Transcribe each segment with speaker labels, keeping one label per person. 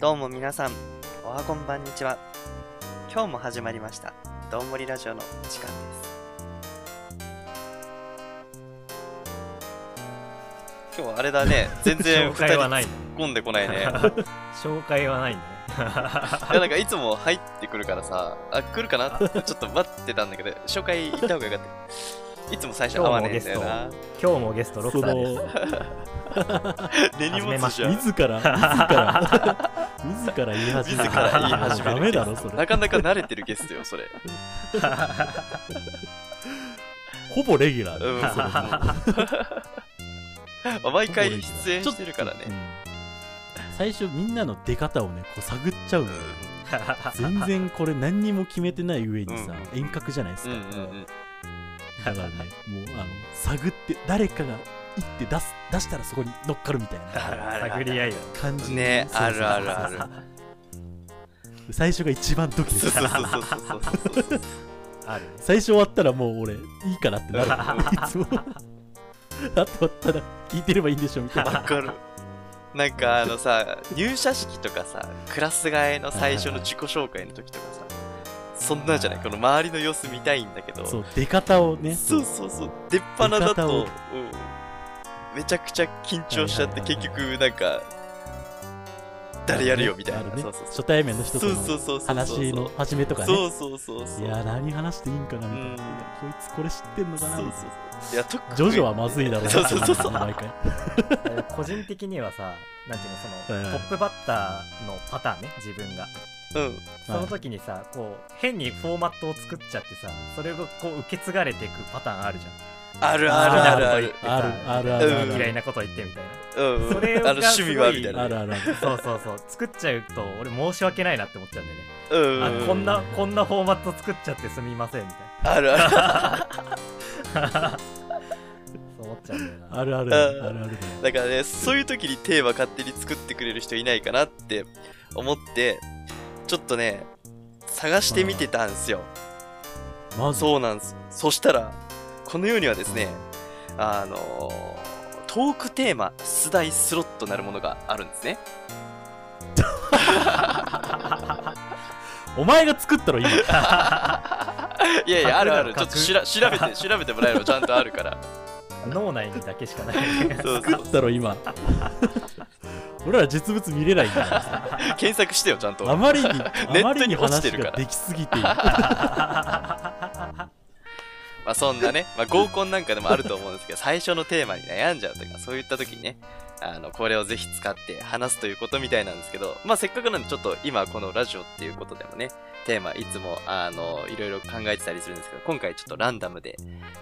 Speaker 1: どうも皆さん、おはこんばんにちは。今日も始まりました、どんぶりラジオの時間です。今日はあれだね、全 然
Speaker 2: 紹
Speaker 1: 二
Speaker 2: 介は
Speaker 1: 人
Speaker 2: ないね
Speaker 1: 混んでこない ね。いや
Speaker 2: 紹介はないんだね
Speaker 1: なんかいつも入ってくるからさ、あ、来るかなってちょっと待ってたんだけど、紹介行った方がよかった。いつも最初合わねえんだよな。
Speaker 2: 今日もゲストロク
Speaker 3: そ
Speaker 2: ターです
Speaker 3: の
Speaker 1: 根に持つじゃん。
Speaker 3: 自 ら自ら自ら言い始め
Speaker 1: 自ら言い始める
Speaker 3: ダメだろそ
Speaker 1: な
Speaker 3: れ
Speaker 1: かなか慣れてるゲスト よ、それ。
Speaker 3: ほぼレギュラーだ
Speaker 1: う
Speaker 3: よ
Speaker 1: ん、
Speaker 3: それも
Speaker 1: そう毎回出演してるから
Speaker 3: う
Speaker 1: ね。
Speaker 3: ん最初みんなの出方をねこう探っちゃうのよ全然これ何にも決めてない上にさ遠隔じゃないです
Speaker 1: うん
Speaker 3: か
Speaker 1: うんうん
Speaker 3: だからねもうあの探って誰かが言って出す出したらそこに乗っかるみたいな
Speaker 1: あるあるある
Speaker 2: 探り合いよ
Speaker 3: 感じ
Speaker 1: ね
Speaker 3: そう
Speaker 1: あ
Speaker 3: そうそう
Speaker 1: るあるある。
Speaker 3: 最初が一番ドキドキ
Speaker 1: そう
Speaker 3: す
Speaker 1: そう
Speaker 3: る
Speaker 1: そうそうそうそう。
Speaker 2: あるね
Speaker 3: 最初終わったらもう俺いいからってなる
Speaker 1: う
Speaker 3: いつもあとはただ聞いてればいいんでしょみたい
Speaker 1: わ
Speaker 3: な
Speaker 1: かる。なんかあのさ、入社式とかさ、クラス替えの最初の自己紹介の時とかさ、そんなんじゃないこの周りの様子見たいんだけど、
Speaker 3: そ
Speaker 1: そう
Speaker 3: 出方をね
Speaker 1: うそうそう、出っ放だ
Speaker 3: 出方
Speaker 1: と、う
Speaker 3: を
Speaker 1: んめちゃくちゃ緊張しちゃって、
Speaker 3: はいはい
Speaker 1: 結
Speaker 3: はいはい
Speaker 1: 局なんか、誰やるよみたい
Speaker 3: あ
Speaker 1: な。
Speaker 3: るね
Speaker 1: そうそうそう
Speaker 3: 初対面の人と
Speaker 1: そうそうそ
Speaker 3: の
Speaker 1: うそう
Speaker 3: 話の始めとかね
Speaker 1: そうそうそうそう。
Speaker 3: いや何話していいんかなみたいな、
Speaker 1: うん
Speaker 3: いやこいつこれ知ってんの
Speaker 1: そう
Speaker 3: かな
Speaker 1: そう
Speaker 3: みたい
Speaker 1: そう。いや、特
Speaker 3: な
Speaker 1: に。
Speaker 3: ジョジョはまずいだろうな
Speaker 1: そうそうそうそう
Speaker 3: って思うよね毎 回
Speaker 2: 個人的にはさなんていうのそ
Speaker 3: はい
Speaker 2: の
Speaker 3: は
Speaker 2: ト
Speaker 3: い
Speaker 2: ップバッターのパターンね自分が
Speaker 1: うん。
Speaker 2: その時にさこう変にフォーマットを作っちゃってさそれをこう受け継がれていくパターンあるじ
Speaker 1: ある
Speaker 2: ゃん
Speaker 1: あるあるあ
Speaker 2: 好
Speaker 1: る
Speaker 2: き。
Speaker 3: あるあるあ
Speaker 2: なこと言って
Speaker 1: るある
Speaker 2: さ嫌いなこと言ってみたいな
Speaker 1: うん。
Speaker 2: それ
Speaker 1: あ
Speaker 2: が
Speaker 1: の、趣味はみたい
Speaker 3: あ
Speaker 1: なね。
Speaker 3: るあるある
Speaker 2: そうそうそう作っちゃうと俺申し訳ないなって思っちゃうんでね
Speaker 1: うん。
Speaker 2: あ
Speaker 1: うん
Speaker 2: こんなこんなフォーマット作っちゃってすみませんみたい
Speaker 1: あるある。
Speaker 2: なそう思っちゃうんだよな
Speaker 3: あるある
Speaker 1: うん
Speaker 3: あるある
Speaker 1: だからね、そういう時にテーマ勝手に作ってくれる人いないかなって思って、ちょっとね、探してみてたんですよ。
Speaker 3: まず
Speaker 1: そうなんです。そしたら、この世にはですね、あのートークテーマ、出題スロットなるものがあるんですね。
Speaker 3: お前が作った ろ今
Speaker 1: いやいや、ある
Speaker 2: 書くだろ
Speaker 1: ある。ちょっとしら調べて、調べてもらえればちゃんとあるから。
Speaker 2: 脳内にだけしかない
Speaker 1: そうそう
Speaker 3: 作ったろ今 俺ら実物見れないんだよ
Speaker 1: 検索してよ、ちゃんと。
Speaker 3: あまりに、
Speaker 1: ネ
Speaker 3: あま
Speaker 1: ット
Speaker 3: り
Speaker 1: に
Speaker 3: に
Speaker 1: 落ちて
Speaker 3: 話
Speaker 1: るから
Speaker 3: ができすぎている。
Speaker 1: まあそんなね、まあ、合コンなんかでもあると思うんですけど、最初のテーマに悩んじゃうとか、そういった時にね、あの、これをぜひ使って話すということみたいなんですけど、まあせっかくなんでちょっと今このラジオっていうことでもね、テーマいつも、あの、いろいろ考えてたりするんですけど、今回ちょっとランダムで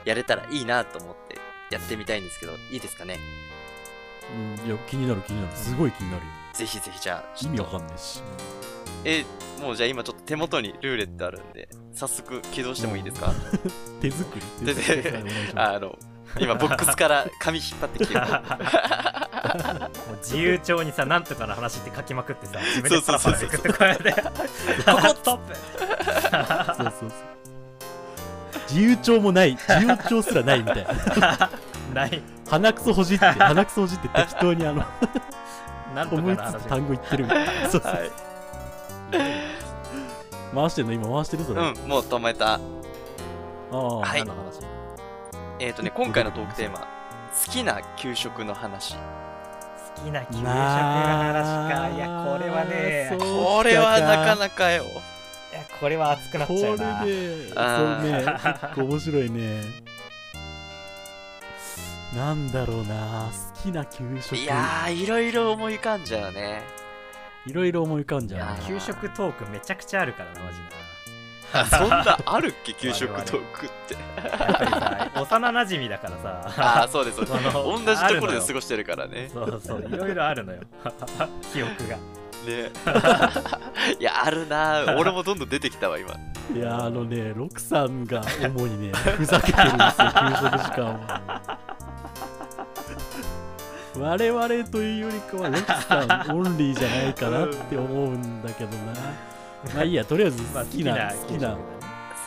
Speaker 1: やれたらいいなと思ってやってみたいんですけど、いいですかね。
Speaker 3: うんいや、気になる気になる。すごい気になるよ。
Speaker 1: ぜひぜひじゃあ、ち
Speaker 3: 意
Speaker 1: ょっ
Speaker 3: 味
Speaker 1: と
Speaker 3: わかんないし。
Speaker 1: え、もうじゃあ今ちょっと手元にルーレットあるんで、早速起動してもいいですか、
Speaker 3: 手作り
Speaker 1: 手作り
Speaker 3: 手作りお願いします
Speaker 1: あの、今ボックスから紙引っ張ってきてる。
Speaker 2: もう自由帳にさなんとかの話って書きまくってさ自
Speaker 1: そ
Speaker 2: 分で
Speaker 1: うそ
Speaker 2: パ
Speaker 1: う
Speaker 2: ラ
Speaker 1: そう
Speaker 2: パ
Speaker 1: そ
Speaker 2: ラ
Speaker 1: う
Speaker 2: めくってこうやってここトップ
Speaker 3: そうそうそう。自由帳もない。自由帳すらないみたいな。
Speaker 2: ない
Speaker 3: 鼻くそほじって、鼻くそほじって適当にあの、
Speaker 2: なんとか
Speaker 3: 思
Speaker 2: の
Speaker 3: いつ
Speaker 2: 話
Speaker 3: つ単語言ってるみたいな。そうそう。
Speaker 1: はい。
Speaker 3: 回してんの今回してるそれ。あ
Speaker 1: うん、もう止めた。
Speaker 3: あ、
Speaker 1: はい
Speaker 3: 何の話
Speaker 1: えっ、ー、とね、今回のトークテーマ、好きな給食の話。
Speaker 2: 好きな給食の話かいやこれはね
Speaker 3: そう
Speaker 1: これはなかなかよ。
Speaker 2: いやこれは熱くなっ
Speaker 3: こ
Speaker 2: ちゃ
Speaker 3: れ
Speaker 2: うな
Speaker 3: ね、
Speaker 1: あ
Speaker 3: そうね、結構面白いね。なんだろうな、好きな給食。
Speaker 1: いやー、いろいろ思い浮かんじゃう ね。
Speaker 3: いろいろ思い浮かんじゃう
Speaker 1: いや
Speaker 3: ね。
Speaker 2: 給食トークめちゃくちゃあるからなマジ
Speaker 1: あそんなあるっけ、給食トークって。
Speaker 2: なやっぱりさ幼馴染みだからさ
Speaker 1: ああ、そうです、そうです。
Speaker 2: あ
Speaker 1: 同じとこ
Speaker 2: の
Speaker 1: ろ
Speaker 2: あるの
Speaker 1: で
Speaker 2: よ
Speaker 1: 過ごしてるからね。
Speaker 2: そうそういろいろあるのよ 記憶が
Speaker 1: ねいや、あるなー。俺もどんどん出てきたわ、 今。
Speaker 3: いや、あのね、ロクさんが主にね、ふざけてるんですよ、給食時間は。我々というよりかは、ロクさんオンリーじゃないかなって思うんだけどな。まあいいや、とりあえず
Speaker 2: まあ
Speaker 3: 好きな、好
Speaker 2: 給
Speaker 3: きな
Speaker 2: 食だね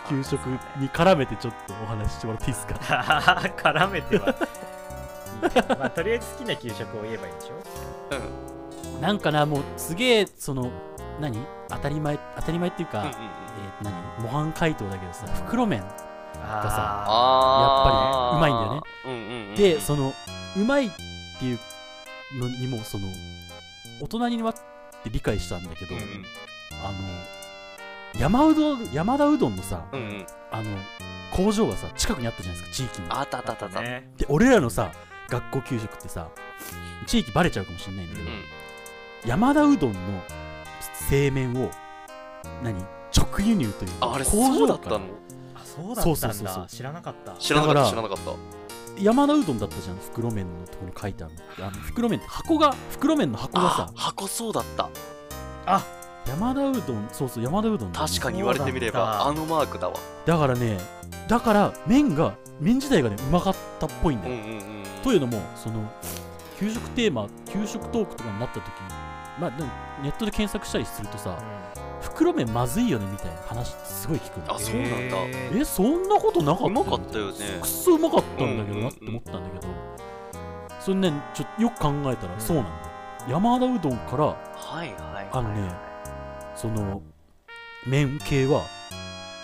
Speaker 3: 給食に絡めてちょっとお話ししてもらっていいですか。
Speaker 2: 絡めてはいいねまあとりあえず好きな給食を言えばいいんでしょ
Speaker 1: うん。
Speaker 3: なんかなもうすげえその何当たり前当たり前っていうか、え
Speaker 1: あ
Speaker 3: ー何模範解答だけどさ袋麺
Speaker 2: あ
Speaker 1: あ
Speaker 3: やっぱりねうまいんだよね
Speaker 1: ね。うんうんうん、
Speaker 3: でそのうまいっていうのにもその大人になって理解したんだけど、
Speaker 1: うんうん
Speaker 3: あの山うどん山田うどんのさ、
Speaker 1: うんうん、
Speaker 3: あの工場がさ近くにあったじゃないですか地域に
Speaker 1: あったあったあったあった。
Speaker 2: ね
Speaker 3: で俺らのさ学校給食ってさ地域バレちゃうかもしれないんだけ
Speaker 1: う
Speaker 3: ど、
Speaker 1: ん、
Speaker 3: 山田うどんの製麺を何直輸入という
Speaker 1: ああれ
Speaker 3: 工
Speaker 1: そうだ
Speaker 3: 場
Speaker 1: っ
Speaker 3: か
Speaker 1: た
Speaker 3: ら
Speaker 1: の
Speaker 2: あそうだ
Speaker 3: そう
Speaker 2: っ
Speaker 3: そ
Speaker 2: た
Speaker 3: うんそうそう
Speaker 2: だ知らなかった
Speaker 1: 知らなかっ
Speaker 3: だ
Speaker 1: た
Speaker 3: から
Speaker 1: 知らなかった。
Speaker 3: 山田うどんだったじゃん袋麺のとこに書いてあるのあの袋麺って箱が袋麺の箱が
Speaker 1: あ
Speaker 3: さ
Speaker 1: 箱そうだった。
Speaker 3: 山田うどんそうそう山田うどんだよね
Speaker 1: 確かに言われてみれば
Speaker 2: そ
Speaker 1: あ
Speaker 2: う
Speaker 1: のマークだわ。
Speaker 3: だからねだから麺が麺自体がねうまかったっぽいんだ
Speaker 1: うん
Speaker 3: よ、
Speaker 1: うんうん。
Speaker 3: というのもその給食テーマ給食トークとかになった時まあでもネットで検索したりするとさ袋麺まずいよねみたいな話ってすごい聞くの
Speaker 1: あそうなんだ
Speaker 3: えそんなことなかった
Speaker 1: うまかったよね
Speaker 3: くっそうまかったんだけ
Speaker 1: うん
Speaker 3: どな
Speaker 1: うんうん
Speaker 3: って思ったんだけど、それねちょよく考えたらそうなんだよ、山田うどんから
Speaker 1: はいはい。
Speaker 3: あのねその麺系は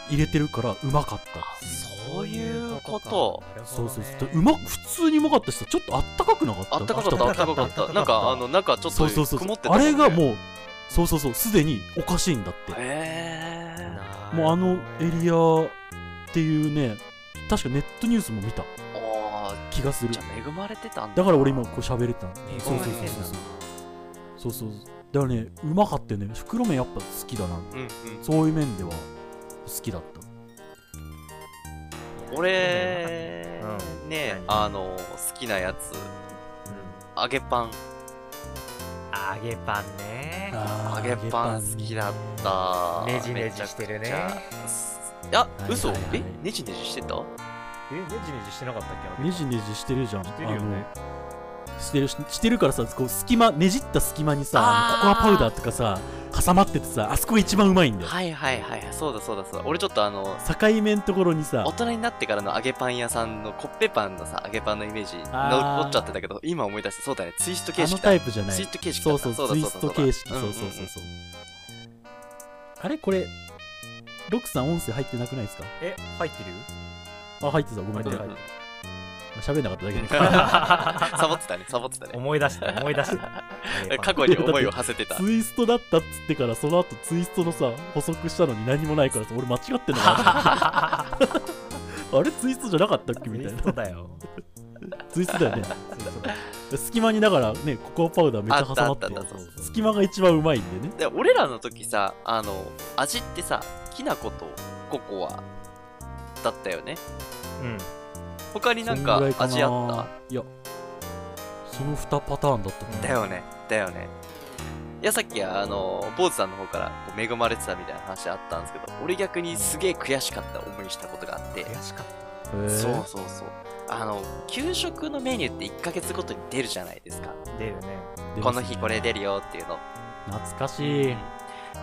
Speaker 3: 入れてるからうまかった
Speaker 1: そういうこと。
Speaker 3: そうそうそう、うま普通にうまかったしさちょっとあったかくなかった
Speaker 1: あったかかったあったかかった。なんかあの中ちょっ
Speaker 3: そうそうそ
Speaker 1: と
Speaker 3: う
Speaker 1: 曇ってた
Speaker 3: あれが
Speaker 1: う。
Speaker 3: もうそうそうそうすでにおかしいんだって
Speaker 1: へえ。
Speaker 3: もうあのエリアっていうね確かネットニュースも見た
Speaker 1: あ
Speaker 3: 気がす
Speaker 1: あ
Speaker 3: る
Speaker 1: じゃあ恵まれてたんだ。
Speaker 3: だから俺今こう喋れたの
Speaker 2: え
Speaker 3: そうそうそうそうそうそうだからねうまかったよね袋麺やっぱ好きだな
Speaker 1: うんうん。
Speaker 3: そういう面では好きだった
Speaker 1: 俺ね
Speaker 2: 何
Speaker 1: あの好きなやつ揚げパン
Speaker 2: 揚げパンね
Speaker 1: 揚げパン好きだった
Speaker 2: ねじねじしてるね
Speaker 1: めちゃくちゃすいや
Speaker 3: いはい
Speaker 1: 嘘
Speaker 3: はい
Speaker 1: えネジネジしてた
Speaker 2: えねじねじしてなかったっけ
Speaker 3: ねじねじしてるじゃん
Speaker 2: してるよね
Speaker 3: あのしてるししてるからさこう隙間ねじった隙間にさ
Speaker 1: あー
Speaker 3: ココアパウダーとかさ挟まっててさあそこが一番うまいんだよ
Speaker 1: はいはいはいはいそうだそうだそうだ俺ちょっとあの
Speaker 3: 境目のところにさ
Speaker 1: 大人になってからの揚げパン屋さんのコッペパンのさ揚げパンのイメージ
Speaker 3: あー
Speaker 1: 残っちゃってたけど今思い出してそうだねツイスト
Speaker 3: あ
Speaker 1: 形
Speaker 3: の
Speaker 1: 式
Speaker 3: タ
Speaker 1: だ
Speaker 3: イプじゃない
Speaker 1: ツイスト形式
Speaker 3: そ
Speaker 1: だ
Speaker 3: うそう
Speaker 1: そう
Speaker 3: ツ
Speaker 1: だ
Speaker 3: イ
Speaker 1: そう
Speaker 3: ス
Speaker 1: だ
Speaker 3: ト
Speaker 1: そうだ
Speaker 3: 形式そ
Speaker 1: んん
Speaker 3: うんそうそうそうあれこれロックさん音声入ってなくないですか
Speaker 2: え入ってる
Speaker 3: あ入ってたごめ
Speaker 2: 入
Speaker 3: んな
Speaker 2: って
Speaker 3: さ
Speaker 2: る
Speaker 3: い
Speaker 2: 入って
Speaker 3: 喋んなかっただけで
Speaker 1: サボってたねサボってたね
Speaker 2: 思い出した思い出した
Speaker 1: 過去に思いを馳せてた
Speaker 3: ツイストだったっつってからその後ツイストのさ補足したのに何もないからさ俺間違ってんのか なあれツイストじゃなかったっけみたいな
Speaker 2: そうだよ
Speaker 3: ツイストだよね隙間にだからねココアパウダーめっちゃ挟まって
Speaker 1: あったあったあっ
Speaker 3: 隙間が一番うまいんでね
Speaker 1: で俺らの時さあの味ってさきな粉とココアだったよね
Speaker 2: うん
Speaker 1: 他になん
Speaker 3: そん
Speaker 1: か
Speaker 3: ぐらいかな
Speaker 1: 味あっ
Speaker 3: いやその2パターンだったと思う
Speaker 1: ただよねだよねいやさっきあの坊主さんの方からこう恵まれてたみたいな話あったんですけど俺逆にすげえ悔しかった思いしたことがあって
Speaker 2: 悔しかっ
Speaker 3: へー
Speaker 1: そうそうそうあの給食のメニューって1ヶ月ごとに出るじゃないですか
Speaker 2: た出るね
Speaker 3: 出ます
Speaker 1: この
Speaker 3: ね
Speaker 1: 日これ出るよっていうの
Speaker 3: 懐かしい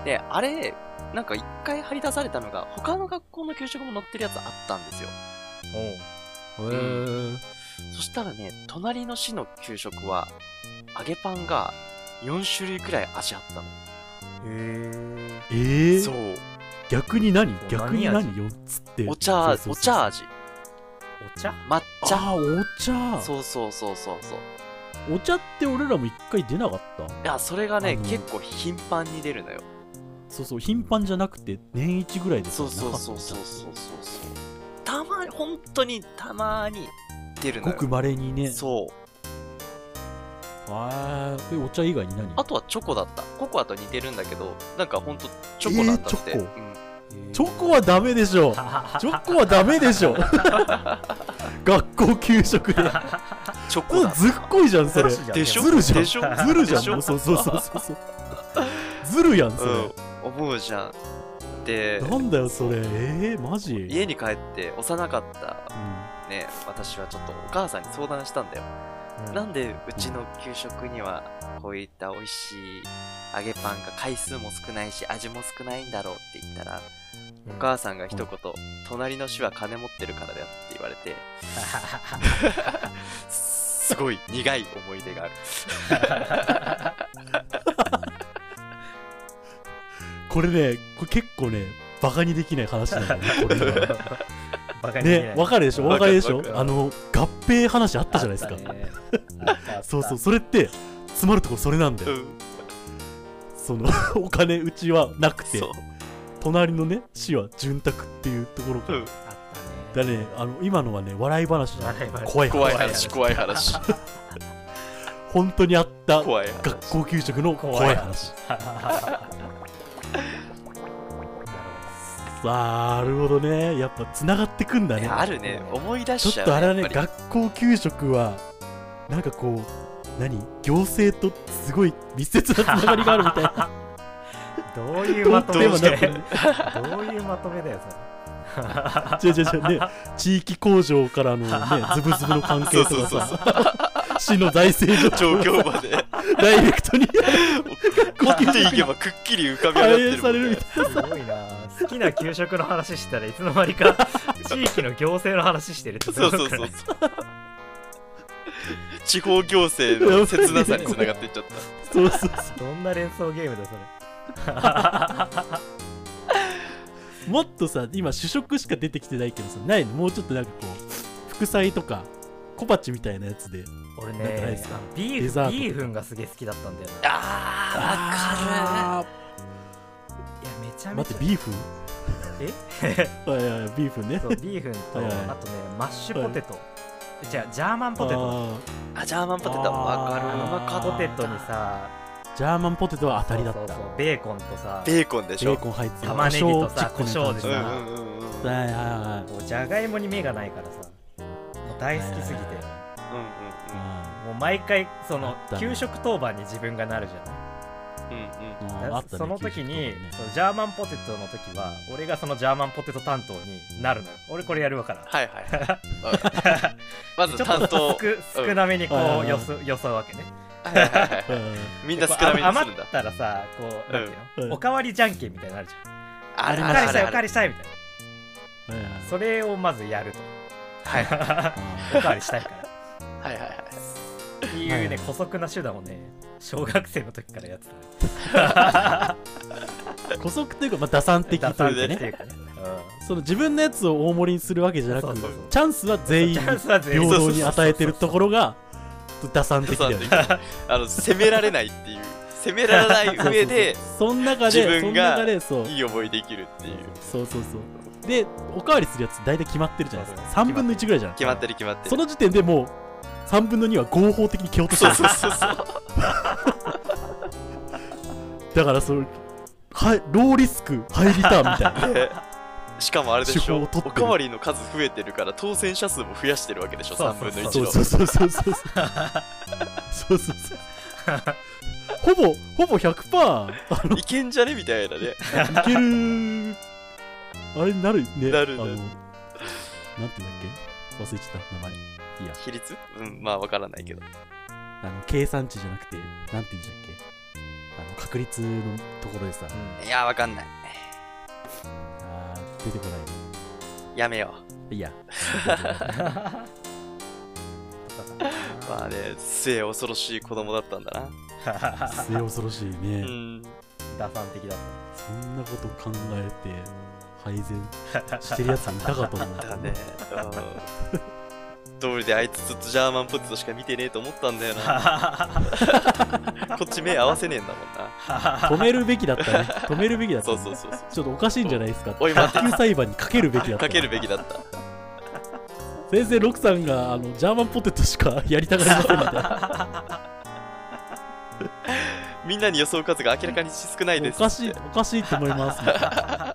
Speaker 1: であれなんか一回張り出されたのが他の学校の給食も載ってるやつあったんですよ
Speaker 2: おう
Speaker 3: へー
Speaker 1: そしたらね、隣の市の給食は、揚げパンが4種類くらい味あったの。
Speaker 2: へ
Speaker 3: え
Speaker 1: そ
Speaker 3: ー
Speaker 1: う。
Speaker 3: 逆に何
Speaker 2: そう
Speaker 3: 逆に
Speaker 2: 何
Speaker 3: 何4つって
Speaker 1: お茶、
Speaker 3: そう
Speaker 1: お
Speaker 3: そうそう
Speaker 1: 茶味。
Speaker 2: お 茶
Speaker 1: 抹茶。
Speaker 3: あーお茶
Speaker 1: そうそうそうそうそう。
Speaker 3: お茶って俺らも1回出なかった
Speaker 1: いや、それがね、
Speaker 3: あの
Speaker 1: 結構頻繁に出るのよ。
Speaker 3: そうそう頻繁じゃなくて年一ぐらいで
Speaker 1: そうそうそうそうそうそうそう。たまに、本当にたまに出るの
Speaker 3: ご
Speaker 1: よ。
Speaker 3: くまれにね
Speaker 1: そう。
Speaker 3: あーえお茶以外に何
Speaker 1: あとはチョコだった。ココアと似てるんだけど、なんかほんとチョコなんだって。
Speaker 3: えーチョ
Speaker 1: うん
Speaker 3: チョコはダメでしょチョコはダメで しょ学校給食で
Speaker 1: チョコだった。
Speaker 3: ずっこいじゃんそれ
Speaker 2: ず
Speaker 3: ず
Speaker 2: る
Speaker 1: でしょ
Speaker 3: るじゃん
Speaker 1: でし
Speaker 3: ず
Speaker 1: ょ
Speaker 3: るじゃ
Speaker 1: でしょ
Speaker 3: んそうそうそうそうそうずるやんそれ、
Speaker 1: うん、思うじゃん。で、
Speaker 3: なんだよそれえー、マジ、うん、
Speaker 1: 家に帰って幼かったね私はちょっとお母さんに相談したんだよ、なんでうちの給食にはこういった美味しい揚げパンが回数も少ないし味も少ないんだろうって言ったらお母さんが一言、隣の市は金持ってるからだよって言われてすごい苦い思い出がある。
Speaker 3: これねこれ結構ねバカにできない話なんだよねこれは
Speaker 2: バカにできな
Speaker 3: ね
Speaker 2: い
Speaker 3: わかるでしょお
Speaker 1: わ
Speaker 3: 分
Speaker 1: か
Speaker 3: か
Speaker 1: る
Speaker 3: りでしょ
Speaker 1: わかる
Speaker 3: あの合併話あったじゃないですか、そうそうそれって詰まるところそれなんだ
Speaker 1: う
Speaker 3: よ、
Speaker 1: ん、
Speaker 3: その お金うちはなくて
Speaker 1: そう。
Speaker 3: 隣のね市は潤沢っていうところ
Speaker 1: う
Speaker 3: から、
Speaker 1: ん、
Speaker 2: あったね
Speaker 3: だねあの今のはね笑い話じゃない
Speaker 2: 笑い話
Speaker 3: 怖い
Speaker 1: 怖
Speaker 3: 話
Speaker 1: い話、怖い話、
Speaker 3: 本当にあった
Speaker 1: 怖い話。
Speaker 3: 学校給食の怖い話 さあなるほどねやっぱつながってくんだ
Speaker 1: い
Speaker 3: ね
Speaker 1: やあるね、思い出
Speaker 3: ち
Speaker 1: し
Speaker 3: ょっ
Speaker 1: ちゃう、
Speaker 3: とあれはね
Speaker 1: やっぱり
Speaker 3: 学校給食はなんかこう何行政とすごい密接なつながりがあるみた いな
Speaker 2: どういうまとめ
Speaker 1: どう
Speaker 2: だ
Speaker 1: して
Speaker 2: よ どういうまとめだよそれ
Speaker 3: 違う違う違うね地域工場から のねズブズブの関係とか
Speaker 1: そうそう
Speaker 3: さ市の財政状
Speaker 1: 状
Speaker 3: 況
Speaker 1: 況 まで、
Speaker 3: ダイレクトに
Speaker 1: こっていけばくっきり浮かび
Speaker 3: 反
Speaker 1: 上が
Speaker 3: 映さ
Speaker 1: って
Speaker 3: れる
Speaker 1: る
Speaker 3: み
Speaker 1: み
Speaker 3: た
Speaker 1: たい
Speaker 3: い
Speaker 2: すごいな好きな給食の話したらいつの間にか地域の行政の話してるって
Speaker 1: な。そうそうそうそう。地方行政の切なさにつながっていっ ちゃった。
Speaker 3: そうそうそう
Speaker 2: どんな連想ゲームだそれ
Speaker 3: もっとさ今主食しか出てきてないけどさないのもうちょっとなんかこう副菜とか小鉢みたいなやつで
Speaker 2: 俺
Speaker 3: なんかないで
Speaker 2: ね
Speaker 3: すか
Speaker 2: あのビ
Speaker 3: デ
Speaker 2: ー
Speaker 3: ザー
Speaker 2: フ
Speaker 3: トとか
Speaker 2: ビーフンがすげえ好きだったんだよない
Speaker 1: あ
Speaker 3: あ
Speaker 2: やめちゃ
Speaker 3: ー
Speaker 2: め
Speaker 3: 待
Speaker 2: ち
Speaker 3: っ
Speaker 2: ゃ
Speaker 3: てビーフン
Speaker 2: え
Speaker 3: あいやいやビーフンね
Speaker 2: そうビーフンと
Speaker 3: はいはい
Speaker 2: あとねマッシュポテトじゃあジャーマンポテト
Speaker 3: あ
Speaker 1: ーあ、ジャーマンポテトもわかる。
Speaker 3: あー
Speaker 1: わか
Speaker 2: ポテトにさ
Speaker 3: ージャーマンポテトは当たりだった
Speaker 2: そうそうそうベーコンとさ
Speaker 1: る。ベーコンでし
Speaker 3: ベー
Speaker 1: ょ。
Speaker 3: コン入ってる
Speaker 2: 玉ねぎとさ
Speaker 3: 胡椒をちっこい
Speaker 1: うんう
Speaker 3: 感
Speaker 1: んうんうん。
Speaker 3: じはいはいはい
Speaker 2: もうじゃがいもに目がないからさもう大好きすぎて
Speaker 3: はいはいは
Speaker 1: うん
Speaker 2: もう毎回その
Speaker 3: あったね
Speaker 2: 給食当番に自分がなるじゃない
Speaker 1: うんうんうんうん。
Speaker 3: うん
Speaker 2: だ
Speaker 3: あったね
Speaker 2: その時に
Speaker 3: 給食と
Speaker 2: そうジャーマンポテトの時は俺がそのジャーマンポテト担当になるのよ俺これやるわから
Speaker 1: はいはいはい。ま ず
Speaker 2: ちょ
Speaker 1: 担
Speaker 2: っ
Speaker 1: 当
Speaker 2: と。少少なめにこ
Speaker 3: うん
Speaker 2: うよそよそうわけね
Speaker 1: はいはいはい
Speaker 3: かね
Speaker 1: みん
Speaker 2: で
Speaker 1: な
Speaker 2: こ
Speaker 1: 少
Speaker 2: う
Speaker 1: なめ
Speaker 2: あ
Speaker 1: にす
Speaker 2: 余
Speaker 1: る
Speaker 2: っ
Speaker 1: んだ。
Speaker 2: たらさこうなんていう
Speaker 3: うん
Speaker 2: のおかわりじゃんけんみたいになのあるじ
Speaker 1: あ
Speaker 2: ゃん
Speaker 1: る
Speaker 2: お
Speaker 1: あるあ
Speaker 2: かわりしたい
Speaker 1: るあ
Speaker 2: おかわ
Speaker 1: る。
Speaker 2: りしたいみたい
Speaker 3: うんはい
Speaker 2: なそれをまずやると
Speaker 1: はいはい
Speaker 2: おかわりしたいから
Speaker 1: はいはい。
Speaker 2: っていうね姑息な手段をね小学生の時からやってた
Speaker 3: うん古息というかまあ打算的と
Speaker 1: 算
Speaker 3: いう
Speaker 1: 的
Speaker 3: か
Speaker 2: ってい
Speaker 3: ね
Speaker 2: うかね
Speaker 3: その自分のやつを大盛りにするわけじゃなく
Speaker 2: そうそうそう
Speaker 3: チャンスは
Speaker 2: う
Speaker 3: 全
Speaker 2: ん
Speaker 3: 員
Speaker 2: チャンスは全員
Speaker 3: 平等に与えてるところが打算的だよね
Speaker 1: あの責められないっていう責められない上で
Speaker 3: そん中で
Speaker 1: 自分が
Speaker 3: そん中でそう
Speaker 1: いい思いできるっていう
Speaker 3: そうそうそうでおかわりするやつ大体決まってるじゃないですか
Speaker 2: そうそう
Speaker 3: 3分の1ぐらいじゃない
Speaker 1: 決まってる決まって
Speaker 3: そ
Speaker 1: る
Speaker 3: の時点でもう3分の2は合法的に蹴落として
Speaker 1: そう
Speaker 3: る
Speaker 1: そうそうそう
Speaker 3: だからそのはローリスクハイリターンみたい な
Speaker 1: でしかもあれで
Speaker 3: 手
Speaker 1: し
Speaker 3: 法
Speaker 1: ょ
Speaker 3: を取って
Speaker 1: お
Speaker 3: る
Speaker 1: かわりの数増えてるから当選者数も増やしてるわけでしょ
Speaker 2: そう
Speaker 1: 3
Speaker 2: そう
Speaker 1: 分の
Speaker 3: そう
Speaker 1: 1
Speaker 3: そ
Speaker 1: の
Speaker 3: うそうそうそうそうそうそうそうほぼほぼ100%あ
Speaker 1: いけんじゃねみたいな ね
Speaker 3: のいけるあれに
Speaker 1: な
Speaker 3: なるね
Speaker 1: るなる
Speaker 3: あのなんていうんだっけ忘れちゃった名前いいや
Speaker 1: 比率うんまあわからないけど
Speaker 3: あの計算値じゃなくてなんていうんでしたっけあの確率のところでさ
Speaker 1: いやわかんない
Speaker 3: あー出てこないね
Speaker 1: やめよ
Speaker 3: いや
Speaker 1: うまあね末恐ろしい子供だったんだな
Speaker 3: 末恐ろしいね、
Speaker 1: うん
Speaker 2: 打算的だっ
Speaker 3: そんなこと考えて配 膳してるやついたかと思った
Speaker 1: だねうん通りであいつずっとジャーマンポテトしか見てねえと思ったんだよな
Speaker 2: た
Speaker 1: こっち目合わせねえんだもんな
Speaker 3: 止めるべき だったね止めるべきだった、
Speaker 1: そ
Speaker 3: ね、
Speaker 1: うそうそうそう
Speaker 3: ちょっとおかしいんじゃないですか
Speaker 1: おい待って
Speaker 3: 卓球裁判にかけるべきだった
Speaker 1: かけるべきだった
Speaker 3: 先生ロクさんがあのジャーマンポテトしかやりたがりませんみ たいな
Speaker 1: みんなに予想数が明らかに少ないで
Speaker 3: お
Speaker 1: す
Speaker 3: かしい
Speaker 1: って
Speaker 3: おかしいと思いますみ たいな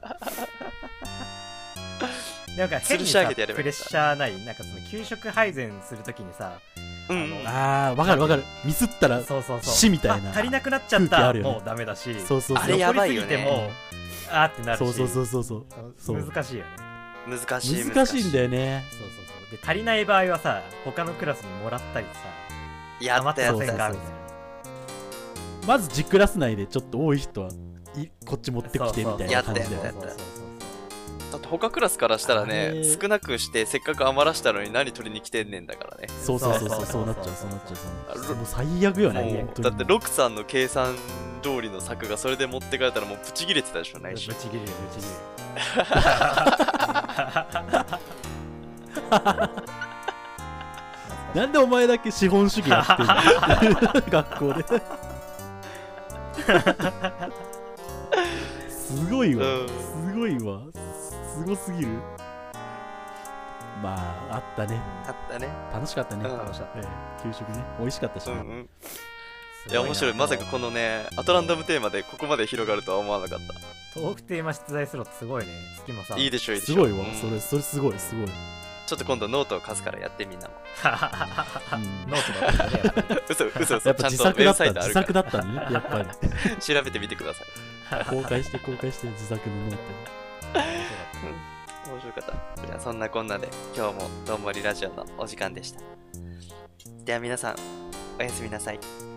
Speaker 2: なんか変に
Speaker 1: 吊るし上
Speaker 2: さ
Speaker 1: げてやれば
Speaker 2: プ
Speaker 1: いい
Speaker 2: レ
Speaker 1: ん
Speaker 2: ッ
Speaker 1: だ
Speaker 2: シャーないなんかその給食配膳するときにさ
Speaker 1: うん
Speaker 2: あの
Speaker 3: あーわかるわかるミスったら
Speaker 2: そうそうそう
Speaker 3: 死みたいな
Speaker 2: あ足りなくなっちゃっ
Speaker 3: 空気
Speaker 2: た
Speaker 3: あるよね
Speaker 2: もうダメだし
Speaker 3: そうそうそう
Speaker 1: あれやばいよね
Speaker 2: 残りすぎてもあーってなるし
Speaker 3: そうそうそうそうそうそう
Speaker 2: 難しいよね
Speaker 1: うん難しい
Speaker 3: 難しいんだよね
Speaker 2: そうそうそうで足りない場合はさ他のクラスにもらったりさ
Speaker 1: やったや
Speaker 2: 余
Speaker 1: っ
Speaker 2: ったて
Speaker 1: や
Speaker 2: ませ
Speaker 1: っ
Speaker 2: ん
Speaker 1: た
Speaker 2: か
Speaker 3: そう
Speaker 2: み
Speaker 3: そ
Speaker 2: たいな
Speaker 3: うそうまず10クラス内でちょっと多い人はいこっち持ってきてみたいな感じだよね
Speaker 1: やったやったやっただって他クラスからしたら
Speaker 3: あ
Speaker 1: ね
Speaker 3: れ
Speaker 1: 少なくしてせっかく余らしたのに何取りに来てんねんだからね
Speaker 3: そうそうそうそ
Speaker 2: そ
Speaker 3: うそう
Speaker 2: そ
Speaker 3: うな
Speaker 2: う
Speaker 3: っちゃうそうなっちゃうそうなっち
Speaker 1: あ
Speaker 3: ゃうもう最悪よね
Speaker 2: 最悪
Speaker 3: 本
Speaker 1: もう
Speaker 3: 当に
Speaker 1: だってロクさんの計算通りの策がそれで持ってかれたらもうブチ切れてたでしょないし
Speaker 2: ぶち切れるぶち切れる
Speaker 3: なんでお前だけ資本主義やってんの 学校ですごいわ、
Speaker 1: うん
Speaker 3: すごいわすすごすぎるまああったね
Speaker 1: あったね
Speaker 3: 楽しかったね、
Speaker 1: うん
Speaker 2: 楽しかった
Speaker 3: ええ給食ね美味しかったし
Speaker 1: う
Speaker 3: ね、
Speaker 1: んうんいや面白いまさかこのねアトランダムテーマでここまで広がるとは思わなかっ
Speaker 2: トークテーマ出題するのすごいね隙間
Speaker 1: た
Speaker 2: さん
Speaker 1: いいでしょいいでし
Speaker 3: す
Speaker 1: ょ
Speaker 3: ごいわ、
Speaker 1: うん
Speaker 3: それそれすごいすごい、うん
Speaker 1: ちょっと今度ノートを貸すからやってみんなも
Speaker 2: ノートだったねやっぱり
Speaker 1: 嘘嘘嘘
Speaker 3: やっ
Speaker 1: ち
Speaker 3: ぱ
Speaker 1: ゃん
Speaker 3: 自
Speaker 1: と
Speaker 3: 作
Speaker 1: メ
Speaker 3: だ
Speaker 1: イン
Speaker 3: っ
Speaker 1: サ
Speaker 3: た
Speaker 1: イトあ
Speaker 3: 自
Speaker 1: るか
Speaker 3: 作
Speaker 1: ら
Speaker 3: だったねやっぱり
Speaker 1: 調べてみてください
Speaker 3: 公開して公開して自作のノート
Speaker 2: 面白かっ
Speaker 1: 面白かったじゃあそんなこんなで今日もどんぼりラジオのお時間でしたでは皆さんおやすみなさい
Speaker 2: た